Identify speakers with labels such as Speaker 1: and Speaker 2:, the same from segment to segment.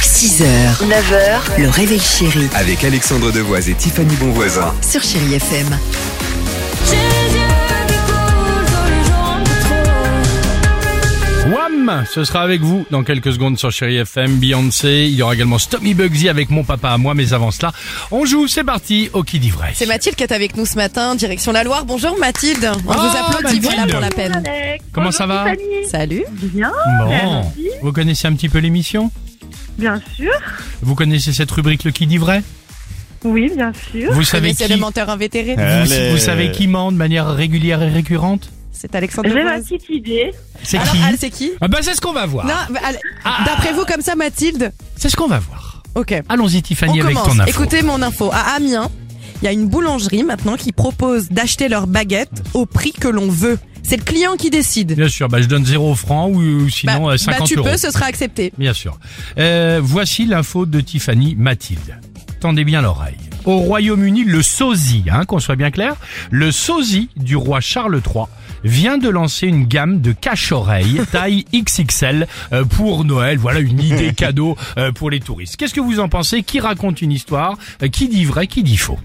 Speaker 1: 6h, 9h, le réveil chéri
Speaker 2: Avec Alexandre Devoise et Tiffany Bonvoisin.
Speaker 1: sur Chérie FM.
Speaker 3: Wham Ce sera avec vous dans quelques secondes sur Chéri FM, Beyoncé. Il y aura également Stommy Bugsy avec mon papa à moi, mais avant cela, on joue, c'est parti, au qui dit vrai.
Speaker 4: C'est Mathilde qui est avec nous ce matin, direction la Loire. Bonjour Mathilde. On
Speaker 3: Oh,
Speaker 4: vous applaudit,
Speaker 3: Mathilde.
Speaker 4: voilà pour la peine.
Speaker 5: Alex.
Speaker 3: Comment
Speaker 5: Bonjour,
Speaker 3: ça va
Speaker 5: Tiffany.
Speaker 4: Salut.
Speaker 5: Bien,
Speaker 3: Bon, vous connaissez un petit peu l'émission
Speaker 5: bien sûr.
Speaker 3: Vous connaissez cette rubrique, le qui dit vrai
Speaker 5: Oui, bien sûr.
Speaker 3: Vous
Speaker 4: Mais
Speaker 3: savez
Speaker 4: c'est
Speaker 3: qui Euh.
Speaker 4: le menteur invétéré.
Speaker 3: vous,
Speaker 6: Allez.
Speaker 3: vous savez qui ment de manière régulière et récurrente
Speaker 4: C'est Alexandre.
Speaker 5: J'ai ma
Speaker 4: Devoise.
Speaker 5: petite idée.
Speaker 3: C'est
Speaker 4: Alors,
Speaker 3: qui
Speaker 4: Al, c'est qui
Speaker 3: Ah bah c'est ce qu'on va voir.
Speaker 4: Non, mais Al-
Speaker 3: Ah.
Speaker 4: d'après vous, comme ça, Mathilde
Speaker 3: C'est ce qu'on va voir.
Speaker 4: Ok.
Speaker 3: Allons-y
Speaker 4: On
Speaker 3: Tiffany avec
Speaker 4: commence.
Speaker 3: ton info.
Speaker 4: Écoutez mon info. À Amiens, il y a une boulangerie maintenant qui propose d'acheter leurs baguettes au prix que l'on veut. C'est le client qui décide.
Speaker 3: Bien sûr, bah je donne 0 francs ou, ou sinon
Speaker 4: bah,
Speaker 3: euh,
Speaker 4: bah,
Speaker 3: 50
Speaker 4: tu
Speaker 3: euros.
Speaker 4: peux, ce sera accepté.
Speaker 3: Bien sûr. Euh, voici l'info de Tiffany Mathilde. Tendez bien l'oreille. Au Royaume-Uni, le sosie, hein, qu'on soit bien clair, le sosie du roi Charles III vient de lancer une gamme de cache-oreilles taille XXL euh, pour Noël. Voilà une idée cadeau euh, pour les touristes. Qu'est-ce que vous en pensez Qui raconte une histoire Euh, Qui dit vrai Qui dit faux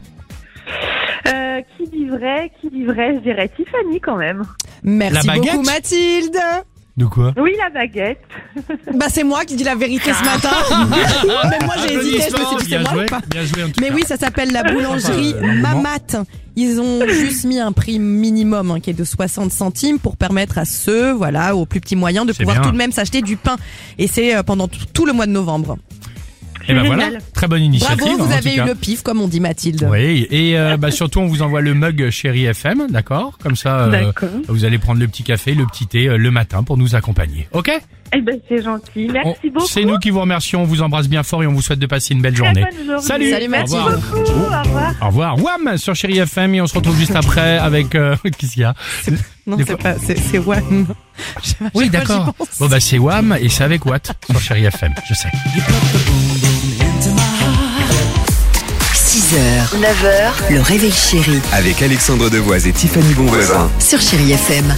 Speaker 5: Euh, qui dit vrai Qui dit vrai Je dirais Tiffany quand même.
Speaker 3: La
Speaker 4: Merci
Speaker 3: baguette
Speaker 4: beaucoup, Mathilde.
Speaker 3: De quoi
Speaker 5: Oui, la baguette.
Speaker 4: Bah, c'est moi qui dis la vérité ce matin. Mais moi, j'ai hésité, je me suis dit, c'est
Speaker 3: Bien
Speaker 4: moi
Speaker 3: joué,
Speaker 4: ou pas
Speaker 3: bien joué en tout
Speaker 4: Mais
Speaker 3: cas.
Speaker 4: oui, ça s'appelle la boulangerie
Speaker 3: Sympa, euh, l'argument.
Speaker 4: Mamat. Ils ont juste mis un prix minimum hein, qui est de 60 centimes pour permettre à ceux, voilà, aux plus petits moyens de
Speaker 3: C'est
Speaker 4: pouvoir
Speaker 3: bien.
Speaker 4: tout de même s'acheter du pain. Et c'est euh, pendant tout tout le mois de novembre.
Speaker 3: Eh ben voilà,
Speaker 5: Génial.
Speaker 3: très bonne initiative.
Speaker 4: Bravo, vous
Speaker 3: hein, en
Speaker 4: avez
Speaker 3: tout
Speaker 4: eu
Speaker 3: cas.
Speaker 4: le pif, comme on dit Mathilde.
Speaker 3: Oui, et euh, bah, surtout on vous envoie le mug Chéri FM, d'accord Comme ça, euh,
Speaker 5: D'accord.
Speaker 3: vous allez prendre le petit café, le petit thé euh, le matin pour nous accompagner, ok
Speaker 5: Eh ben, c'est gentil. Merci
Speaker 3: On-
Speaker 5: beaucoup.
Speaker 3: C'est nous qui vous remercions, on vous embrasse bien fort et on vous souhaite de passer une belle
Speaker 5: Très
Speaker 3: journée.
Speaker 5: bonne journée.
Speaker 3: Salut,
Speaker 4: Salut,
Speaker 3: Au
Speaker 4: Mathilde.
Speaker 3: revoir.
Speaker 5: Beaucoup. Au revoir.
Speaker 3: Au revoir. Wham sur Chéri FM et on se retrouve juste après avec euh, qu'est-ce qu'il y a
Speaker 4: Non,
Speaker 3: Des
Speaker 4: c'est
Speaker 3: fois-
Speaker 4: pas, c'est c'est Wam. Je sais pas, je
Speaker 3: Oui,
Speaker 4: sais pas,
Speaker 3: d'accord.
Speaker 4: j'y pense.
Speaker 3: Bon bah c'est Wham et c'est avec Watt sur Chéri FM, je sais.
Speaker 1: 6h, 9h, le réveil chéri
Speaker 2: Avec Alexandre Devoise et Tiffany Bonvoisin.
Speaker 1: sur Chérie FM.